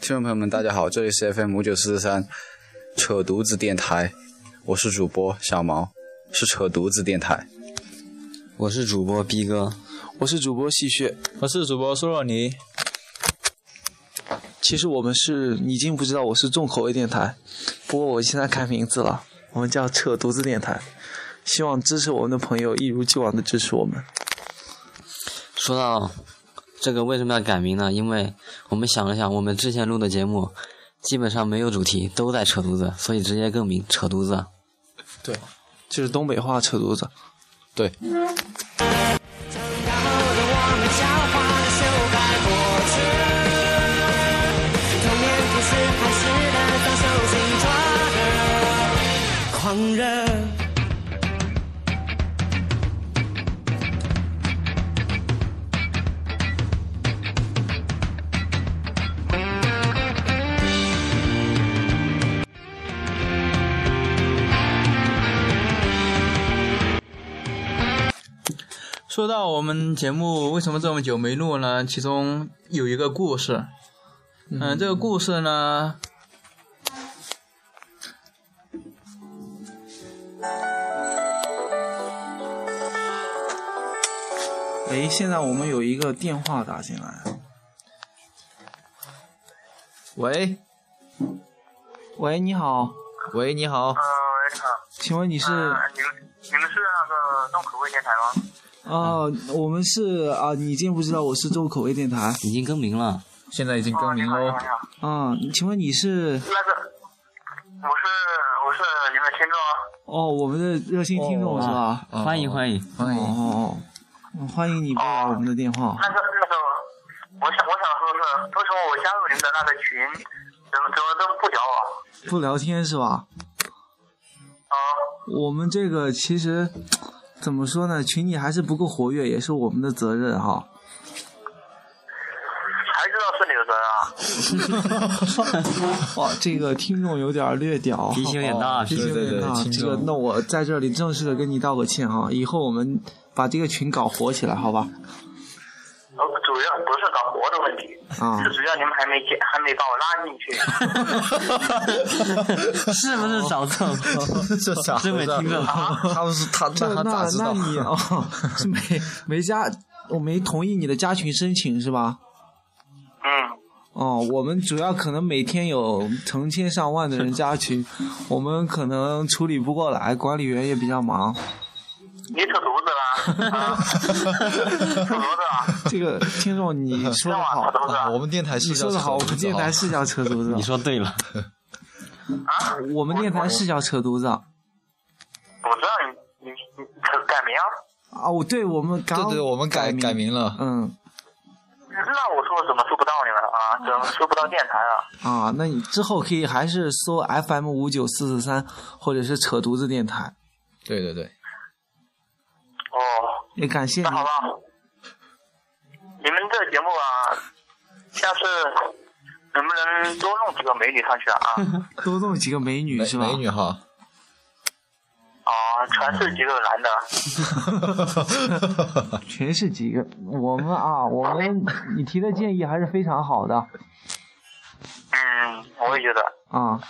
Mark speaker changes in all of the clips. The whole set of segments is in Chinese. Speaker 1: 听众朋友们，大家好，这里是 FM 五九四四三扯犊子电台，我是主播小毛，是扯犊子电台。
Speaker 2: 我是主播逼哥，
Speaker 3: 我是主播戏谑。
Speaker 4: 我是主播苏若尼，
Speaker 3: 其实我们是你已经不知道我是重口味电台，不过我现在改名字了，我们叫扯犊子电台。希望支持我们的朋友一如既往的支持我们。
Speaker 2: 说到这个为什么要改名呢？因为我们想了想，我们之前录的节目基本上没有主题，都在扯犊子，所以直接更名扯犊子。
Speaker 3: 对，就是东北话扯犊子。
Speaker 1: 对，
Speaker 5: 狂热。
Speaker 4: 说到我们节目为什么这么久没录呢？其中有一个故事，嗯、这个故事呢，
Speaker 3: 诶，现在我们有一个电话打进来，
Speaker 4: 喂
Speaker 3: 喂，你好，
Speaker 4: 喂，你好，
Speaker 6: 呃，
Speaker 4: 啊
Speaker 6: 喂，好，
Speaker 3: 请问你是？
Speaker 6: 呃，你们你们是那个重口味电台吗？
Speaker 3: 啊，我们是啊，你已经不知道我是重口味电台
Speaker 2: 已经更名了，
Speaker 4: 现在已经
Speaker 6: 哦，
Speaker 4: 更
Speaker 6: 你
Speaker 4: 名
Speaker 6: 好，你
Speaker 4: 喽
Speaker 6: 好，。你好。
Speaker 3: 啊，请问你是？
Speaker 6: 那个，我是我是你们的听众啊。
Speaker 3: 哦，我们的热心听众是吧？
Speaker 2: 欢迎欢迎。
Speaker 3: 哦
Speaker 1: 哎
Speaker 3: 哦哦，欢迎你拨打我们的电话。
Speaker 6: 那个那个，我想我想说是，为什么我加入你们的那个群，怎么怎么都不聊我？
Speaker 3: 不聊天是吧？
Speaker 6: 啊，
Speaker 3: 我们这个其实怎么说呢，群里还是不够活跃，也是我们的责任哈。
Speaker 6: 才知道是你的责任啊。
Speaker 3: 哇，这个听众有点略屌，
Speaker 2: 脾气有点大，
Speaker 3: 脾气有点大。
Speaker 4: 对对对听
Speaker 3: 这
Speaker 4: 众
Speaker 3: 个，那我在这里正式的跟你道个歉哈，以后我们把这个群搞火起来，好吧？
Speaker 6: 呃，主要不是搞活的问题，
Speaker 3: 啊
Speaker 6: 是主要你们还没接，还没把我拉进去。
Speaker 2: 是不是找错？
Speaker 4: 这啥
Speaker 2: 这位听众，
Speaker 3: 他们是他那那那你哦，是没没加，我没同意你的加群申请是吧？
Speaker 6: 嗯，
Speaker 3: 哦，我们主要可能每天有成千上万的人加群，我们可能处理不过来，管理员也比较忙。
Speaker 6: 你扯犊子了啊！扯犊子啊！
Speaker 3: 这个听众你说的
Speaker 6: 真啊，
Speaker 3: 好
Speaker 6: 扯，犊子啊！
Speaker 7: 我们电台
Speaker 3: 你
Speaker 7: 是
Speaker 3: 说的好，我们电台是叫扯犊
Speaker 2: 你
Speaker 3: 子，
Speaker 2: 说对了，
Speaker 3: 我们电台是叫扯犊子啊
Speaker 6: 我知道你你你改改名啊。
Speaker 3: 啊！我对我们刚
Speaker 7: 对对，我们改
Speaker 3: 改名
Speaker 7: 改名了。
Speaker 3: 嗯
Speaker 6: 那我说怎么收不到你们啊？怎么收不到电台啊？
Speaker 3: 啊，那你之后可以还是搜 FM 五九四四三或者是扯犊子电台。
Speaker 7: 对对对，
Speaker 6: 哦，
Speaker 3: 也感谢你
Speaker 6: 那好吧，你们这个节目啊，下次能不能多弄几个美女上去啊？
Speaker 3: 多弄几个美女
Speaker 7: 美
Speaker 3: 是吧？
Speaker 7: 美女哈，
Speaker 6: 啊，全是几个男的，
Speaker 3: 全是几个？我们啊，我们你提的建议还是非常好的
Speaker 6: 嗯，我也觉得，
Speaker 3: 啊。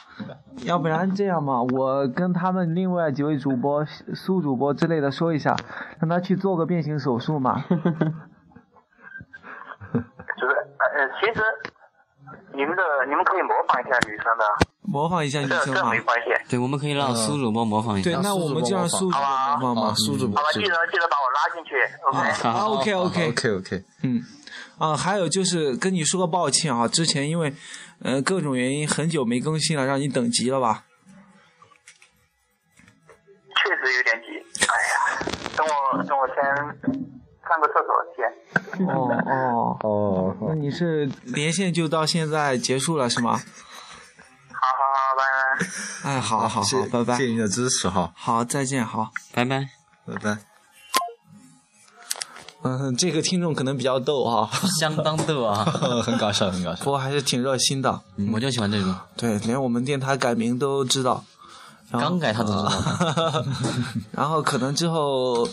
Speaker 3: 要不然这样吧，我跟他们另外几位主播、苏主播之类的说一下，让他去做个变形手术嘛。
Speaker 6: 就是呃，其实你们的你们可以模仿一下女生的，
Speaker 3: 模仿一下女
Speaker 6: 这
Speaker 3: 生
Speaker 6: 这
Speaker 3: 嘛
Speaker 6: 没。关系。
Speaker 2: 对，我们可以让苏主播模仿一
Speaker 3: 对
Speaker 2: 下。，
Speaker 3: 那我们就让苏主播模仿嘛
Speaker 7: 啊，。苏主播
Speaker 6: 好吧，记得记得把我拉进去，OK？
Speaker 3: 啊，OK OK，
Speaker 7: ，OK OK，
Speaker 3: 嗯，啊，还有就是跟你说个抱歉啊，之前因为呃各种原因很久没更新了，让你等急了吧？
Speaker 6: 确实有点急，哎呀，等我等我先上个厕所先。
Speaker 3: 哦哦，
Speaker 7: 哦，
Speaker 3: 那你是连线就到现在结束了是吗？
Speaker 6: 好好好，拜拜。
Speaker 3: 哎，好好好，
Speaker 7: 谢
Speaker 3: 拜拜
Speaker 7: 谢，谢你的支持哈，
Speaker 3: 好，再见，好。
Speaker 2: 拜拜。
Speaker 7: 拜拜。
Speaker 3: 嗯，这个听众可能比较逗哈、
Speaker 2: 相当逗啊！
Speaker 7: 很搞笑，很搞
Speaker 3: 不
Speaker 7: 笑。
Speaker 3: 过还是挺热心的。
Speaker 2: 嗯我就喜欢这种，
Speaker 3: 对，连我们电台改名都 知道，然后
Speaker 2: 刚改他都知道。
Speaker 3: 然后可能之后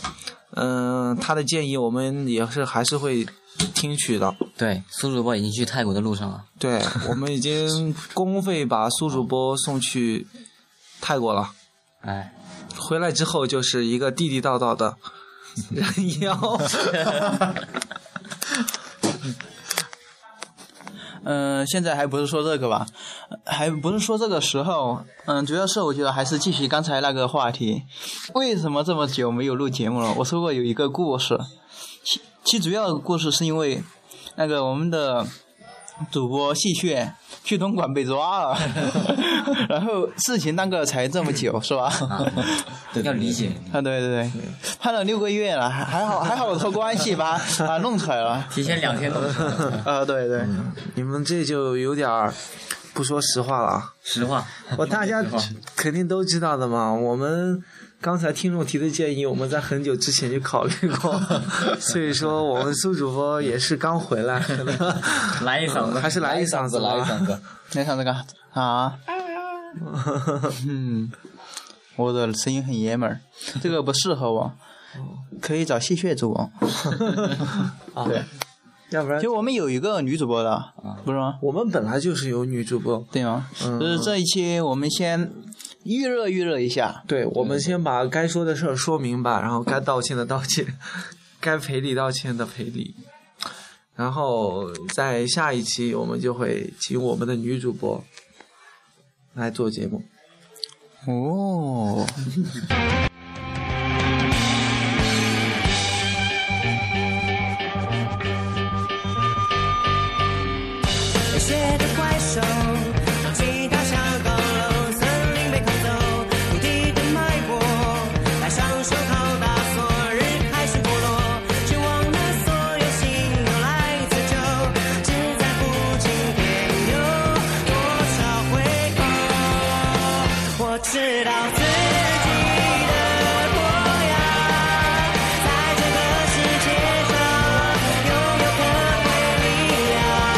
Speaker 3: 嗯、他的建议我们也是还是会听取的。
Speaker 2: 对，苏主播已经去泰国的路上了。
Speaker 3: 对我们已经公费把苏主播送去泰国了，
Speaker 2: 哎，
Speaker 3: 回来之后就是一个地地道道的人妖。
Speaker 4: 嗯，现在还不是说这个吧，还不是说这个时候。嗯，主要是我觉得还是继续刚才那个话题，为什么这么久没有录节目了？我说过有一个故事，其其主要的故事是因为那个我们的主播戏谑去东莞被抓了， 然后事情耽搁了才这么久，是吧？
Speaker 2: 要理解，
Speaker 4: 啊，对对对，判了六个月了，还还好还好我托关系把把弄出来了。
Speaker 2: 提前两天都
Speaker 4: 啊，对对，
Speaker 3: 你们这就有点儿不说实话了 啊。
Speaker 2: 实话，
Speaker 3: 我大家
Speaker 2: 实话
Speaker 3: 肯定都知道的嘛。我们刚才听众提的建议，我们在很久之前就考虑 过，所以说我们苏主播也是刚回来，可能
Speaker 2: 来一嗓
Speaker 3: 还是来一嗓子吧。
Speaker 2: 子。
Speaker 4: 你看这个啊，嗯，我的声音很爷们儿，这个不适合我，可以找戏谑主播。 对，
Speaker 3: 啊要不然
Speaker 4: 就我们有一个女主播的，不是吗？
Speaker 3: 我们本来就是有女主播。
Speaker 4: 对吗？就是这一期我们先预热预热一下，
Speaker 3: 对，我们先把该说的事儿说明白，然后该道歉的道歉， 该赔礼道歉的赔礼，然后在下一期我们就会请我们的女主播来做节目。
Speaker 4: 哦，
Speaker 5: 邪的怪兽，骑到小狗笼，森林被空走，土地的脉搏，戴上手铐大锁，人海是剥落，绝望的所有信仰来自救，只在不经边有多少回头，我知道自己的模样，在这个世界上拥有可贵力量。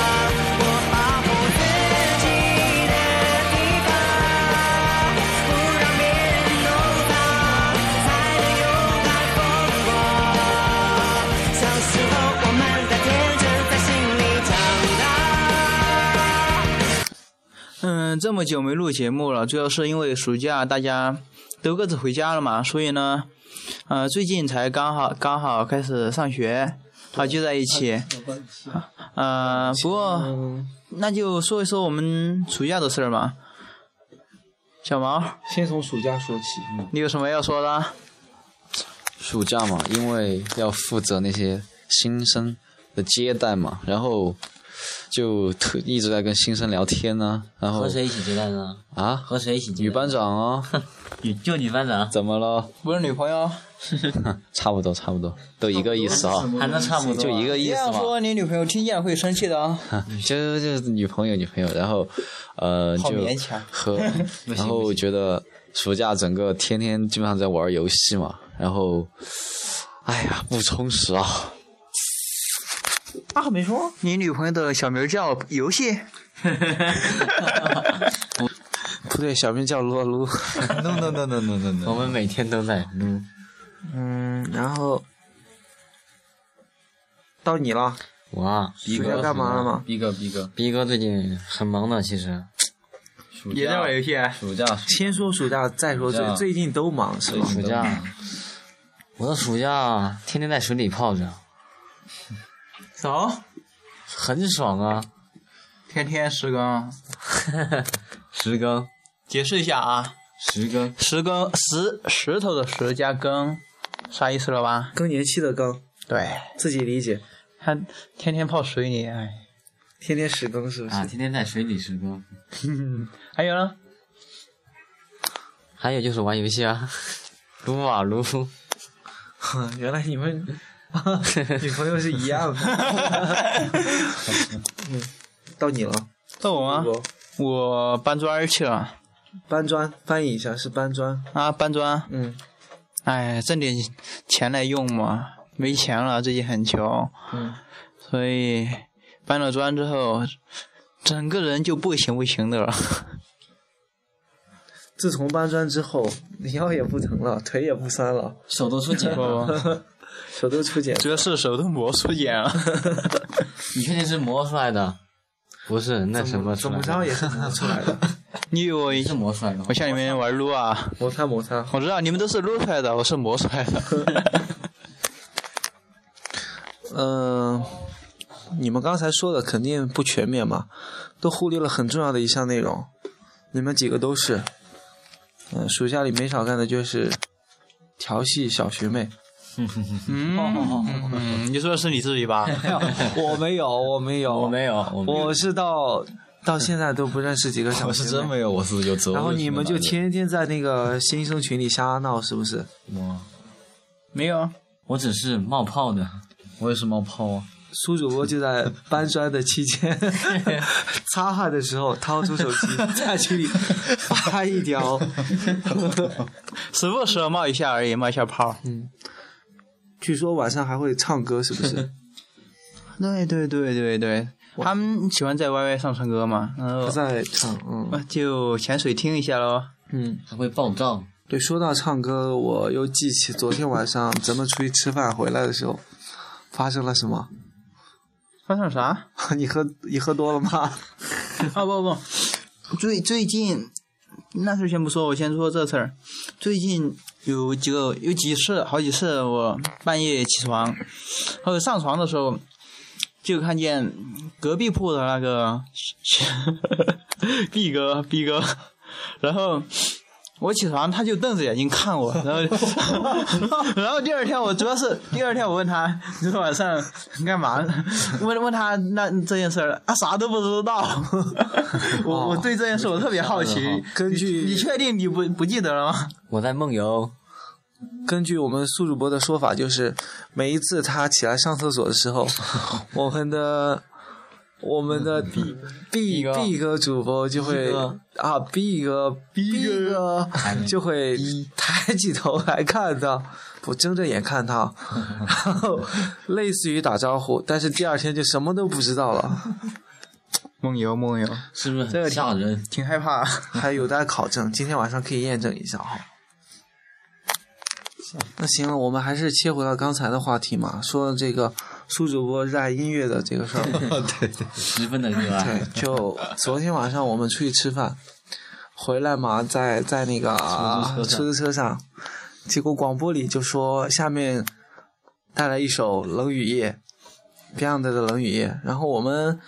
Speaker 5: 我保护自己的地方，不让别人弄脏，才能勇敢风光。小时候我们的天真在心里长大。
Speaker 4: 嗯，这么久没录节目了，主要是因为暑假大家都各自回家了嘛，所以呢，呃，最近才刚好刚好开始上学，啊，就在一起，呃，不过那就说一说我们暑假的事儿嘛。小毛，
Speaker 3: 先从暑假说起，
Speaker 4: 你有什么要说的？
Speaker 1: 暑假嘛，因为要负责那些新生的接待嘛，然后就特一直在跟新生聊天呢、然后
Speaker 2: 和谁一起接待呢？
Speaker 1: 啊，
Speaker 2: 和谁一起接待？
Speaker 1: 女班长 啊、
Speaker 2: 女就女班长，
Speaker 1: 怎么了？
Speaker 4: 不是女朋友，
Speaker 1: 差不多，差不多，都一个意思啊，
Speaker 2: 还能差不多啊。
Speaker 1: 就一个
Speaker 4: 不
Speaker 1: 意思
Speaker 4: 要
Speaker 1: 嘛。
Speaker 4: 说你女朋友听见了会生气的啊。
Speaker 1: 就就是女朋友女朋友，然后呃
Speaker 4: 好
Speaker 1: 就
Speaker 4: 勉强
Speaker 1: 和然后觉得暑假整个天天基本上在玩游戏嘛，然后哎呀不充实啊，
Speaker 4: 啊，没说。你女朋友的小名叫游戏。
Speaker 3: 不对，小名叫罗 撸。
Speaker 7: no no no no no no
Speaker 2: 我
Speaker 7: no，
Speaker 2: 们每天都在撸。
Speaker 3: 嗯，然后到你了，
Speaker 2: 哇，
Speaker 7: 逼
Speaker 3: 暑假干嘛了吗
Speaker 7: 逼哥逼哥，
Speaker 2: 啊逼哥最近很忙的，其实
Speaker 7: 暑
Speaker 4: 也在
Speaker 7: 假
Speaker 4: 玩游戏啊？
Speaker 7: 暑假暑
Speaker 3: 先说暑假，再说
Speaker 7: 暑
Speaker 3: 最
Speaker 7: 假
Speaker 3: 最近都忙啊是吧？
Speaker 2: 暑假，我的暑假天天在水里泡着，
Speaker 4: 走，
Speaker 2: 很爽啊！
Speaker 4: 天天十更，
Speaker 2: 十更，
Speaker 4: 解释一下啊。
Speaker 2: 十更，
Speaker 4: 石更石石头的石加更，啥意思了吧？
Speaker 3: 更年期的更，
Speaker 4: 对，
Speaker 3: 自己理解。
Speaker 4: 他天天泡水里，哎，
Speaker 3: 天天十更是不是？
Speaker 2: 啊，天天在水里十更。
Speaker 4: 还有呢？
Speaker 2: 还有就是玩游戏啊， 撸啊撸，
Speaker 3: 原来你们女朋友是一样的。嗯， 到你了，
Speaker 4: 到我吗？
Speaker 3: 我
Speaker 4: 我搬砖儿去了
Speaker 3: 搬砖翻译一下是搬砖。
Speaker 4: 啊，搬砖。
Speaker 3: 嗯
Speaker 4: 哎，挣点钱来用嘛，没钱了，最近很穷，
Speaker 3: 嗯，
Speaker 4: 所以搬了砖之后，整个人就不行不行的了。
Speaker 3: 自从搬砖之后，腰也不疼了，腿也不酸了，
Speaker 2: 手都出茧
Speaker 4: 不
Speaker 2: 了。
Speaker 4: 不，
Speaker 3: 首都出检，
Speaker 4: 主要是手动魔术眼了。
Speaker 2: 你确定是磨出来的？不是，那什么出
Speaker 3: 怎
Speaker 2: 来
Speaker 3: 么
Speaker 2: 的
Speaker 3: 着也是磨出来的，
Speaker 4: 你以为我一
Speaker 2: 是磨出来的吗
Speaker 4: 我？像你们玩撸啊？
Speaker 3: 摩擦摩擦。
Speaker 4: 我知道你们都是撸出来的，我是磨出来的。
Speaker 3: 嗯，你们刚才说的肯定不全面嘛，都忽略了很重要的一项内容。你们几个都是，嗯，暑假里没少干的就是调戏小学妹。
Speaker 4: 嗯，你说的是你自己吧？
Speaker 3: 我没有，我没有，
Speaker 2: 我没有，我没有
Speaker 3: 我是到到现在都不认识几个小学妹。
Speaker 7: 我是真没有，我是有责任。
Speaker 3: 然后你们就天天在那个新生群里瞎闹，是不是？
Speaker 4: 没有，
Speaker 2: 我只是冒泡的。
Speaker 7: 我也是冒泡啊，
Speaker 3: 苏主播就在搬砖的期间，擦汗的时候掏出手机，在群里发一条。
Speaker 4: 时不时冒一下而已，冒一下泡。
Speaker 3: 据说晚上还会唱歌，是不是？
Speaker 4: 对对对对对，他们喜欢在 YY 上唱歌嘛，然后
Speaker 3: 他在唱，嗯
Speaker 4: 就潜水听一下喽。
Speaker 3: 嗯。
Speaker 2: 它会暴躁。
Speaker 3: 对，说到唱歌，我又记起昨天晚上咱们出去吃饭回来的时候发生了什么。
Speaker 4: 发生了 啥？
Speaker 3: 你喝你喝多了吗？
Speaker 4: 啊不不，最最近那事先不说，我先说这事儿。最近有几个有几次，好几次我半夜起床，然后上床的时候就看见隔壁铺的那个 毕哥毕哥，然后。我起床，他就瞪着眼睛看我，然后， 然后第二天我主要是第二天我问他，你昨天晚上干嘛？问问他那这件事儿，他啊啥都不知 道。我我对这件事我特别哦好奇。
Speaker 3: 根据
Speaker 4: 你确定你不不记得了吗？
Speaker 2: 我在梦游，
Speaker 3: 根据我们苏主播的说法，就是每一次他起来上厕所的时 候，我们的我们的 B 嗯 B
Speaker 2: 哥
Speaker 3: B 哥主播就会啊 B 哥哎 B 哥就会抬起头来看他，我睁着眼看他，然后类似于打招呼，但是第二天就什么都不知道了，
Speaker 4: 梦游梦游，
Speaker 2: 是不是
Speaker 4: 这个
Speaker 2: 很吓 人？
Speaker 4: 挺害怕。
Speaker 3: 还有待考证，今天晚上可以验证一下哈。那行了，我们还是切回到刚才的话题嘛，说这个苏主播热爱音乐的这个事 儿。
Speaker 2: 十分的热爱。
Speaker 3: 对，就昨天晚上我们出去吃饭，回来嘛，在在那个出租车上，结果广播里就说下面带来一首《冷雨夜》，Beyond 的《冷雨夜》，然后我们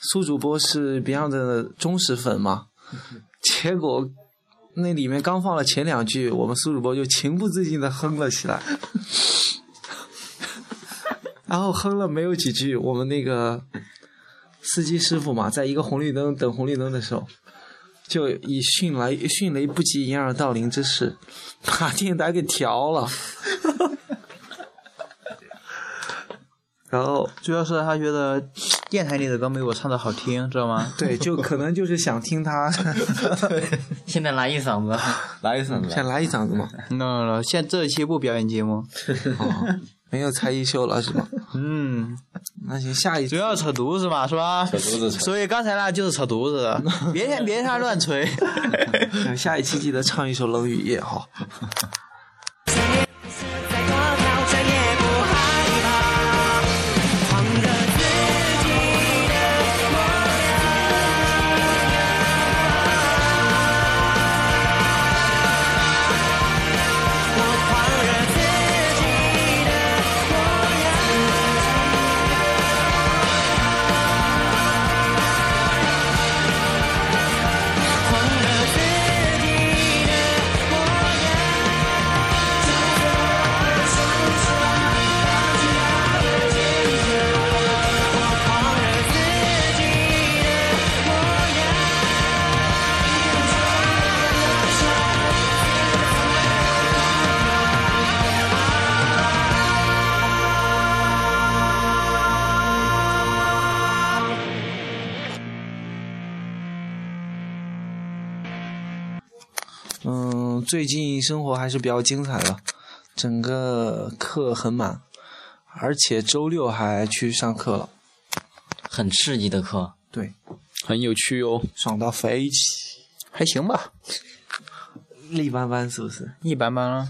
Speaker 3: 苏主播是 Beyond 的忠实粉嘛，嗯结果。那里面刚放了前两句，我们苏主播就情不自禁的哼了起来， 然后哼了没有几句，我们那个司机师傅嘛，在一个红绿灯等红绿灯的时候，就以迅雷迅雷不及掩耳盗铃之势，把电台给调了。然后，
Speaker 4: 主要是他觉得 电台里的歌没我唱的好听，知道 吗？
Speaker 3: 对，就可能就是想听他
Speaker 2: 现在来一嗓子，
Speaker 7: 来一嗓子
Speaker 3: 想来一嗓子嘛。
Speaker 4: no no，现这一期不表演节目。
Speaker 3: 哦，没有才艺秀了是吧？
Speaker 4: 嗯，
Speaker 3: 那行，下一
Speaker 4: 主
Speaker 3: 周
Speaker 4: 要扯犊子嘛，是吧？扯
Speaker 7: 犊子扯
Speaker 4: 所以刚才那就是扯犊子的， 别别瞎乱吹。
Speaker 3: 嗯下一期记得唱一首《冷雨夜》哈。
Speaker 5: 在这条船也不害怕，扛着自己的模样，我扛着自己的模样，扛着自己的模样。
Speaker 3: 嗯，最近生活还是比较精彩的，整个课很满，而且周六还去上课了，
Speaker 2: 很刺激的课。
Speaker 3: 对，
Speaker 1: 很有趣哦。
Speaker 3: 爽到飞起，
Speaker 4: 还行吧，
Speaker 3: 立班班是不是？
Speaker 4: 啊一般般了。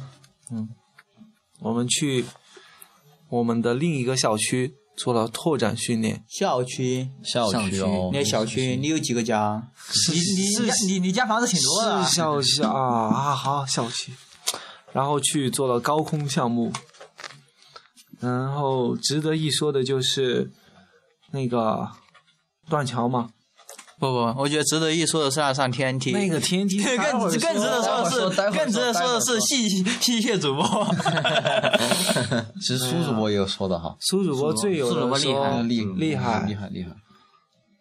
Speaker 3: 我们去我们的另一个校区做了拓展训练，
Speaker 4: 校区，
Speaker 7: 校区哦，
Speaker 4: 你的小区，你有几个家？你你你你你家房子挺多的啊。
Speaker 3: 是校区啊啊，好校区，然后去做了高空项目，然后值得一说的就是那个断桥嘛，
Speaker 4: 不不，我觉得值得一说的是那上天梯。
Speaker 3: 那个天梯
Speaker 4: 更更值得说的
Speaker 7: 待会儿说
Speaker 4: 是，更值得说的是戏戏谑主播。
Speaker 7: 其实苏主播也有说的哈，
Speaker 3: 苏主播最有
Speaker 4: 苏主播
Speaker 3: 的时候
Speaker 4: 厉害
Speaker 7: 厉
Speaker 3: 厉害
Speaker 7: 厉害厉害，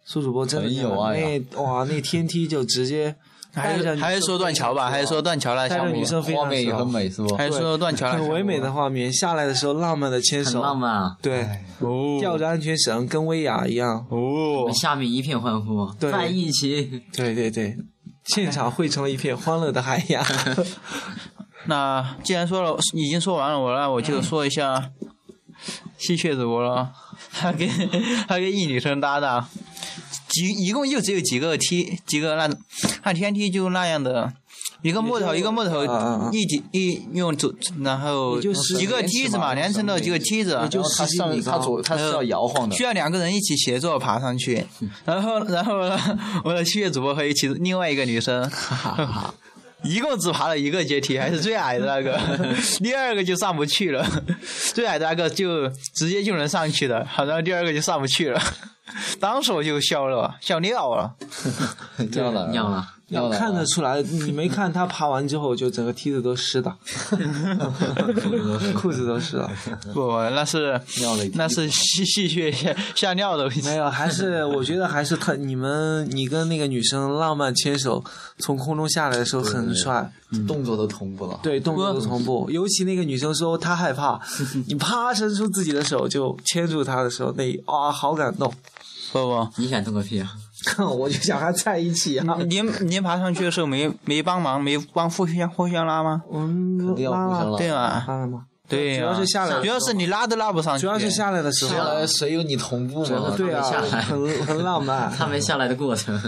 Speaker 3: 苏主播真的
Speaker 7: 很有爱啊
Speaker 3: 那哇那天梯就直接
Speaker 4: 还
Speaker 3: 带着
Speaker 4: 是
Speaker 3: 女
Speaker 4: 还是
Speaker 3: 生
Speaker 4: 说断桥吧，还是说断桥那
Speaker 3: 带
Speaker 4: 项
Speaker 3: 着
Speaker 4: 目
Speaker 3: 女，生非
Speaker 7: 画
Speaker 3: 常
Speaker 7: 面也
Speaker 3: 爽
Speaker 7: 很美是不？
Speaker 4: 还是说断桥那
Speaker 3: 很唯美的画面，下来的时候浪漫的牵
Speaker 2: 很
Speaker 3: 手，
Speaker 2: 浪漫啊！
Speaker 3: 对，
Speaker 4: 哦
Speaker 3: 吊着安全绳跟薇娅一样，
Speaker 4: 哦，
Speaker 2: 下面一片欢呼，
Speaker 3: 对
Speaker 2: 在一起。
Speaker 3: 对对对，现场汇成了一片欢乐的海洋。
Speaker 4: 那既然说了，已经说完了我了，我就说一下
Speaker 3: 嗯
Speaker 4: 吸血主播了。 他跟他跟一女生搭档，几一共就只有几个梯，几个那那天梯就那样的，一个木头一个木头
Speaker 3: 啊啊啊，
Speaker 4: 一几一用走，然后
Speaker 3: 也就十
Speaker 4: 几个
Speaker 3: 几
Speaker 4: 梯子嘛，连成的几个梯子，啊
Speaker 3: 就
Speaker 7: 然后它
Speaker 3: 十几
Speaker 7: 上
Speaker 3: 米
Speaker 7: 它
Speaker 3: 高
Speaker 7: 左它是要摇晃的
Speaker 4: 呃需，要两个人一起协作爬 上去。然后，然后呢，我的七月主播和一起另外一个女生， 一共只爬了一个阶梯，还是最矮的 那个，第二个就上不去了，最矮的那个就直接就能上去的，然后第二个就上不去了。 当时我就笑了，笑尿了。
Speaker 7: 要 了
Speaker 2: 尿了，
Speaker 7: 要了，
Speaker 3: 看得出来，你没看他爬完之后，就整个梯子都湿的，裤子都湿了。
Speaker 7: 嗯
Speaker 4: 不，那是那是戏戏谑吓吓尿的。
Speaker 3: 没有，还是我觉得还是他你们你跟那个女生浪漫牵手，从空中下来的时候很帅，
Speaker 7: 动作都同步了，
Speaker 3: 对动作都同步。尤其那个女生说她害怕，你啪伸出自己的手就牵住她的时候，那一啊好感动，
Speaker 4: 不不，
Speaker 2: 你想动个屁啊！
Speaker 3: 我就想和她在一起啊。
Speaker 4: 您您爬上去的时候没没帮忙，没帮互相互相拉吗？
Speaker 3: 嗯，
Speaker 7: 定要互
Speaker 3: 拉
Speaker 7: 相
Speaker 3: 了
Speaker 7: 拉
Speaker 4: 对吧？
Speaker 3: 拉了吗？
Speaker 4: 对呀、
Speaker 3: 主要是下来的
Speaker 4: 主要是你拉都拉不上去，
Speaker 3: 主要是下来的时
Speaker 7: 下
Speaker 3: 候，
Speaker 7: 来啊谁有你同步嘛？
Speaker 3: 对啊
Speaker 2: 下来，
Speaker 3: 很很浪 漫。啊
Speaker 2: 他没下来的过程，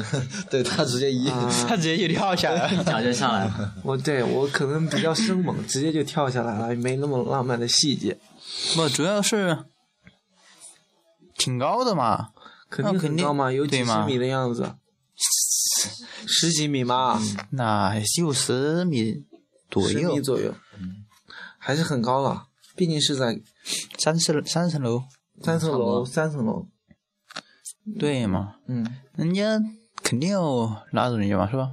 Speaker 7: 对他直接一
Speaker 4: 他直接就跳下来
Speaker 2: 一
Speaker 4: 了。
Speaker 2: 脚就下 来了。
Speaker 3: 我对我可能比较生猛，直接就跳下来了，没那么浪漫的细节，
Speaker 4: 不，主要是挺高的嘛，
Speaker 3: 肯
Speaker 4: 那
Speaker 3: 定
Speaker 4: 哦肯
Speaker 3: 很
Speaker 4: 定
Speaker 3: 高嘛，有
Speaker 4: 对
Speaker 3: 几十
Speaker 4: 嘛
Speaker 3: 米的样 子，十几米嘛，
Speaker 4: 那有十米嗯左
Speaker 3: 十
Speaker 4: 右嗯
Speaker 3: 米，左右，还是很高了，毕竟是在
Speaker 4: 三层三层楼，
Speaker 3: 三层
Speaker 4: 嗯
Speaker 3: 楼，三层楼，
Speaker 4: 对嘛？
Speaker 3: 嗯，
Speaker 4: 人家肯定要拉着人家嘛，是吧？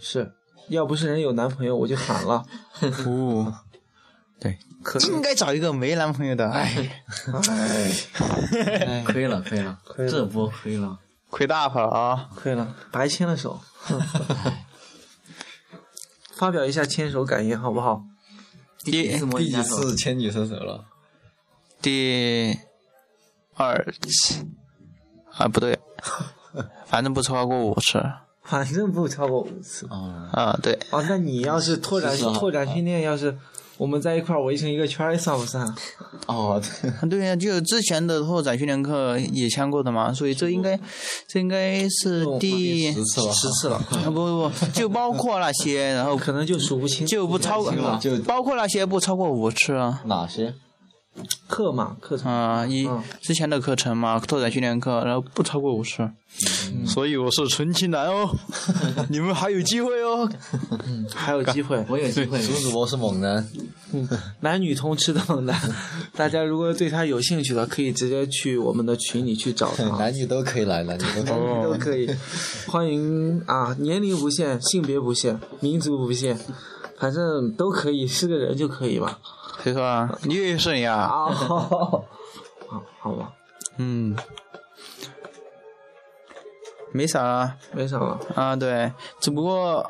Speaker 3: 是要不是人有男朋友，我就喊了，
Speaker 4: 哦，对， 应该找一个没男朋友的，哎，
Speaker 2: 亏了，亏了，
Speaker 3: 了
Speaker 2: 这波亏了。
Speaker 4: 亏大发了啊！
Speaker 3: 亏了，白牵了手， 发表一下牵手感言好不好？
Speaker 4: 第
Speaker 2: 自摸
Speaker 7: 第
Speaker 2: 一
Speaker 7: 一
Speaker 2: 下手
Speaker 7: 次牵女生手了，
Speaker 4: 第二次啊，不对，反正不超过五次
Speaker 3: 反正不超过五次。
Speaker 7: 啊，
Speaker 4: 啊，对。
Speaker 3: 哦，那你要是拓展
Speaker 7: 是是啊
Speaker 3: 拓展训练，要是我们在一块儿围成一个圈儿，算不算？
Speaker 7: 哦，对
Speaker 4: 对呀、就之前的拓展训练课也签过的嘛，所以这应该，这应该是第
Speaker 7: 十次了，十次了，
Speaker 4: 啊不不不，就包括那些，然后
Speaker 3: 可能就数不清。
Speaker 4: 就不超过
Speaker 7: 就，
Speaker 4: 包括那些不超过五次啊，
Speaker 7: 哪些？
Speaker 3: 课嘛，课程。
Speaker 4: 啊，一
Speaker 3: 嗯
Speaker 4: 之前的课程嘛，拓展训练课，然后不超过五次，
Speaker 3: 嗯
Speaker 4: 所以我是纯情男 哦，你们还有机会哦，
Speaker 3: 还有机会，
Speaker 2: 我有机会，
Speaker 7: 苏主播是猛男，
Speaker 3: 男女通吃的猛男， 大家如果对他有兴趣的，可以直接去我们的群里去找
Speaker 7: 对
Speaker 3: 他，
Speaker 7: 男女都可以来，男女都可以来。
Speaker 3: 都可以。欢迎啊，年龄不限，性别不限，民族不限，反正都可以，是个人就可以吧。
Speaker 4: 谁说啊？你也是你啊？
Speaker 3: 啊，好，哦好吧，
Speaker 4: 嗯，没啥啊。
Speaker 3: 没啥了。
Speaker 4: 啊，对，只不过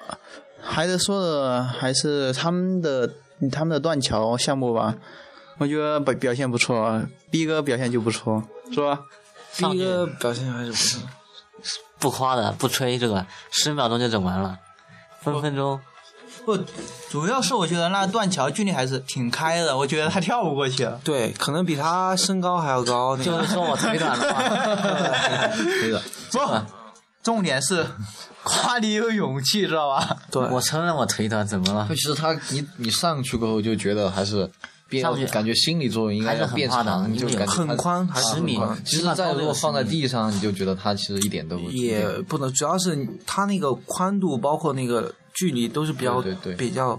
Speaker 4: 还是说的还是他们的他们的断桥项目吧，我觉得表表现不错逼哥表现就不错，是吧？
Speaker 3: 第一个表现还是不错。
Speaker 2: 不夸的，不吹这个，十秒钟就整完了，分分钟。
Speaker 4: 不，主要是我觉得那断桥距离还是挺开的，我觉得他跳不过去了。
Speaker 3: 对，可能比他身高还要高。那个
Speaker 2: 就是说我腿短的话，
Speaker 7: 对的，
Speaker 4: 不，重点是夸你有勇气，知道吧？
Speaker 3: 对，
Speaker 2: 我承认我腿短，怎么了
Speaker 7: 那？其实他你你上去过后就觉得还是变
Speaker 2: 上去啊
Speaker 7: 感觉心理作用应该
Speaker 2: 还是
Speaker 7: 要
Speaker 2: 很
Speaker 7: 变
Speaker 2: 怕的
Speaker 7: 长，
Speaker 2: 因
Speaker 7: 就
Speaker 2: 为
Speaker 7: 感觉它
Speaker 3: 很宽，还是
Speaker 2: 十
Speaker 3: 很
Speaker 2: 米
Speaker 3: 宽
Speaker 2: 起
Speaker 7: 其实
Speaker 2: 码
Speaker 7: 在
Speaker 2: 高
Speaker 7: 如
Speaker 2: 六
Speaker 7: 果
Speaker 2: 十
Speaker 7: 放在
Speaker 2: 米
Speaker 7: 地上，你就觉得它其实一点都不
Speaker 3: 也呃不能，主要是你它那个宽度包括那个距离都是比较
Speaker 7: 对对对
Speaker 3: 比较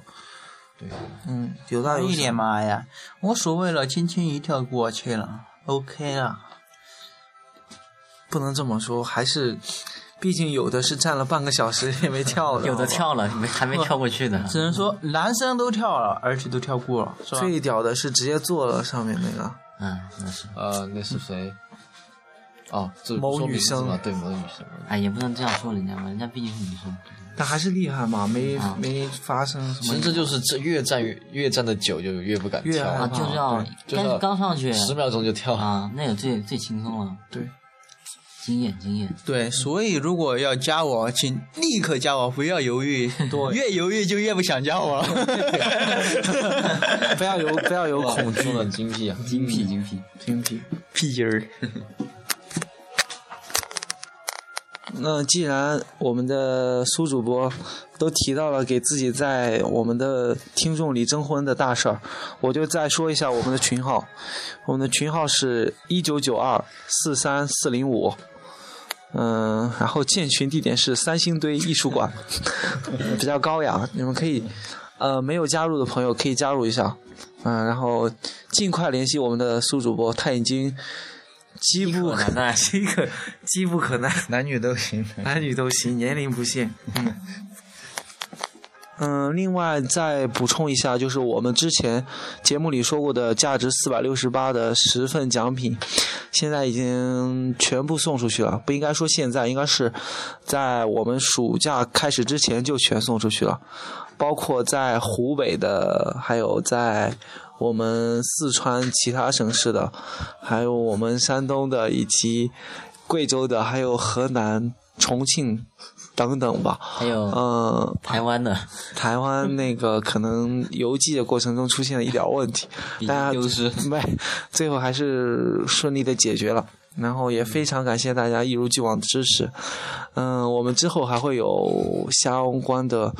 Speaker 7: 对，
Speaker 3: 嗯有大
Speaker 4: 哎
Speaker 3: 有
Speaker 4: 一点
Speaker 3: 小。
Speaker 4: 妈呀！无所谓了，轻轻一跳过去了，OK 啊了。
Speaker 3: 不能这么说，还是毕竟有的是站了半个小时也没跳的，
Speaker 2: 有的
Speaker 3: 好吧。
Speaker 2: 跳了，没还没跳过去的。
Speaker 4: 只能说男生都跳了，而且都跳过了，是吧？
Speaker 3: 最屌的是直接坐了上面那个，
Speaker 2: 嗯，那是，
Speaker 7: 呃，那是谁？哦，这
Speaker 3: 某
Speaker 7: 说
Speaker 3: 女
Speaker 7: 名字
Speaker 3: 生
Speaker 7: 嘛，对，某女生。
Speaker 2: 哎，也不能这样说人家嘛，人家毕竟是女生。
Speaker 3: 但还是厉害嘛，没没发生什
Speaker 7: 其
Speaker 3: 么
Speaker 7: 实。这就是这越站越越站的久，就越不敢
Speaker 3: 越
Speaker 7: 跳
Speaker 2: 啊，
Speaker 7: 了，
Speaker 2: 就这样，
Speaker 7: 就
Speaker 2: 但
Speaker 7: 是
Speaker 2: 是刚上去
Speaker 7: 十秒钟就跳了。
Speaker 2: 啊，那个最最轻松了，
Speaker 3: 对，
Speaker 2: 经验经验。
Speaker 4: 对，所以如果要加我，请立刻加我，不要犹豫，越犹豫就越不想加 我了。
Speaker 3: 不要有不要有恐惧
Speaker 7: 说的精辟啊！
Speaker 2: 精辟精辟，
Speaker 3: 精辟。
Speaker 4: 屁筋儿，
Speaker 3: 那既然我们的苏主播都提到了给自己在我们的听众里征婚的大事儿，我就再说一下我们的群号。我们的群号是一九九二四三四零五，嗯，然后建群地点是三星堆艺术馆， 比较高雅，你们可以，呃，没有加入的朋友可以加入一下，嗯、然后尽快联系我们的苏主播，他已经机不可耐， 机可机不可耐。
Speaker 7: 男女都行，
Speaker 3: 男女都 行，年龄不限。嗯，另外再补充一下，就是我们之前节目里说过的价值四百六十八的十份奖品，现在已经全部送出去了。不应该说现在，应该是在我们暑假开始之前就全送出去了，包括在湖北的，还有在我们四川其他省市的，还有我们山东的，以及贵州的，还有河南、重庆等等吧。
Speaker 2: 还有
Speaker 3: 嗯，
Speaker 2: 台湾的
Speaker 3: 台湾那个可能邮寄的过程中出现了一点儿问题，
Speaker 2: 比
Speaker 3: 大家
Speaker 2: 丢失，
Speaker 3: 没，最后还是顺利的解决了。然后也非常感谢大家一如既往的支持。嗯，我们之后还会有相关的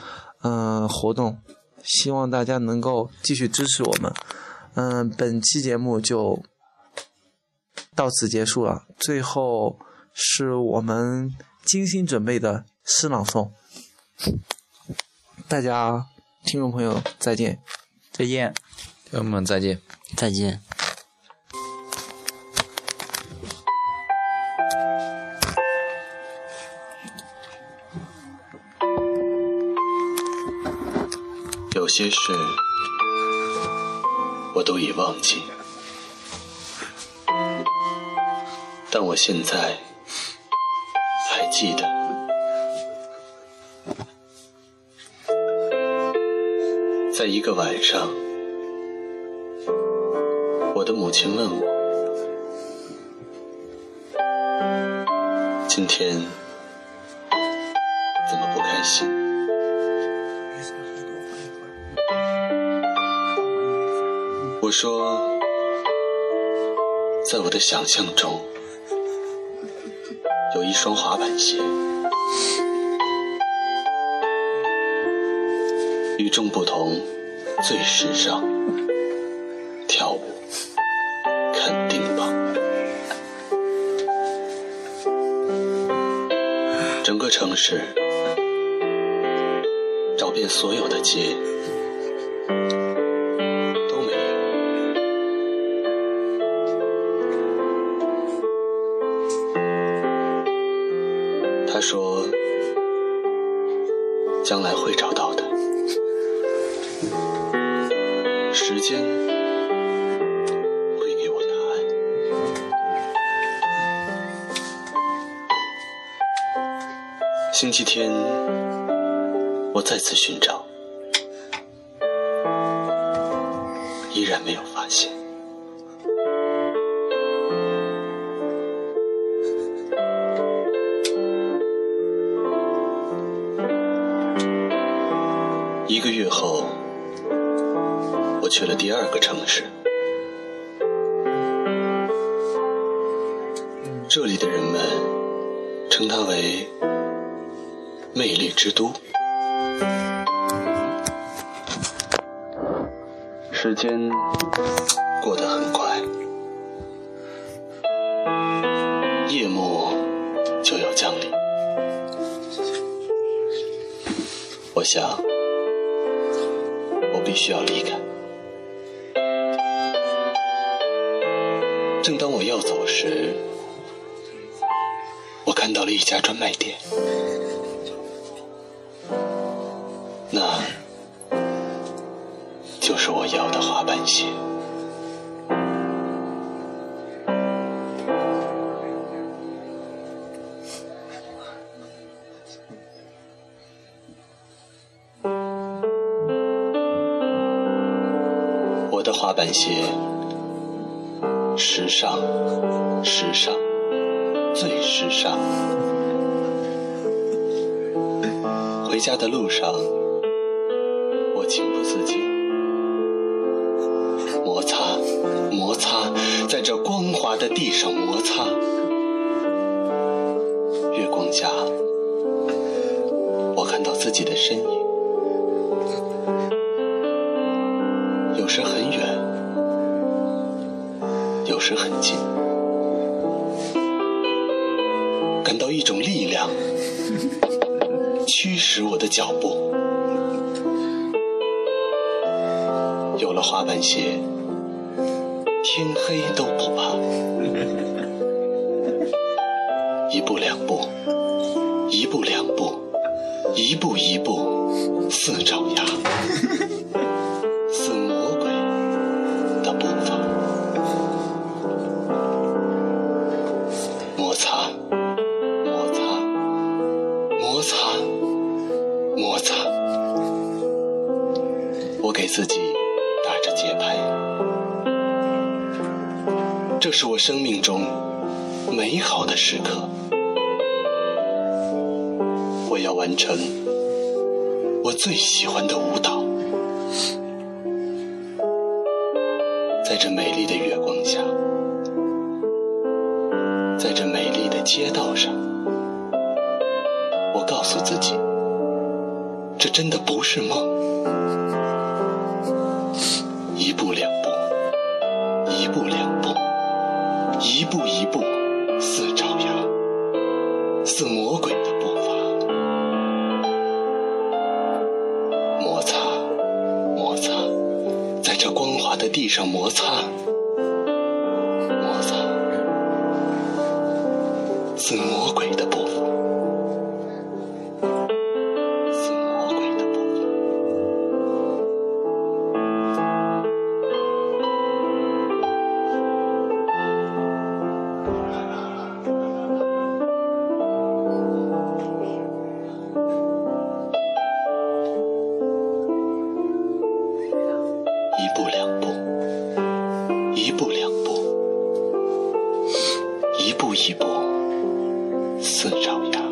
Speaker 3: 嗯活动，希望大家能够继续支持我们。嗯，本期节目就到此结束了。最后是我们精心准备的诗朗诵，大家听众朋友再见。
Speaker 4: 再见。
Speaker 1: 朋友们再见。
Speaker 2: 再见。
Speaker 8: 有些事我都已忘记，但我现在还记得。在一个晚上，我的母亲问我：“今天怎么不开心？”我说，在我的想象中，有一双滑板鞋，与众不同，最时尚，跳舞，肯定棒。整个城市，找遍所有的街。都没有。他说，将来会找到的。时间会给我答案。星期天，我再次寻找。依然没有发现。一个月后，我去了第二个城市，这里的人们称它为“魅力之都”。时间过得很快，夜幕就要降临。我想，我必须要离开。正当我要走时，我看到了一家专卖店，那就是我要的滑板鞋。我的滑板鞋，时尚，时尚，最时尚。回家的路上，我情不自禁，摩擦，摩擦，在这光滑的地上摩擦。月光下，我看到自己的身影。有时很远，有时很近，感到一种力量驱使我的脚步。有了滑板鞋，天黑都不怕。一步两步，一步两步，一步一步，似爪牙。 似魔鬼的步伐，摩擦，摩擦，摩擦，摩擦。我给自己打着节拍，这是我生命中美好的时刻。我要完成我最喜欢的舞蹈。在这美丽的月光下，在这美丽的街道上，我告诉自己，这真的不是梦。一步两步，一步两步，一步一步，似爪牙，似魔鬼的步伐，摩擦，摩擦。在这光滑的地上摩擦，摩擦，似魔鬼的步伐，似魔鬼的步伐。一步两步，一步两步，一步一步，似爪牙，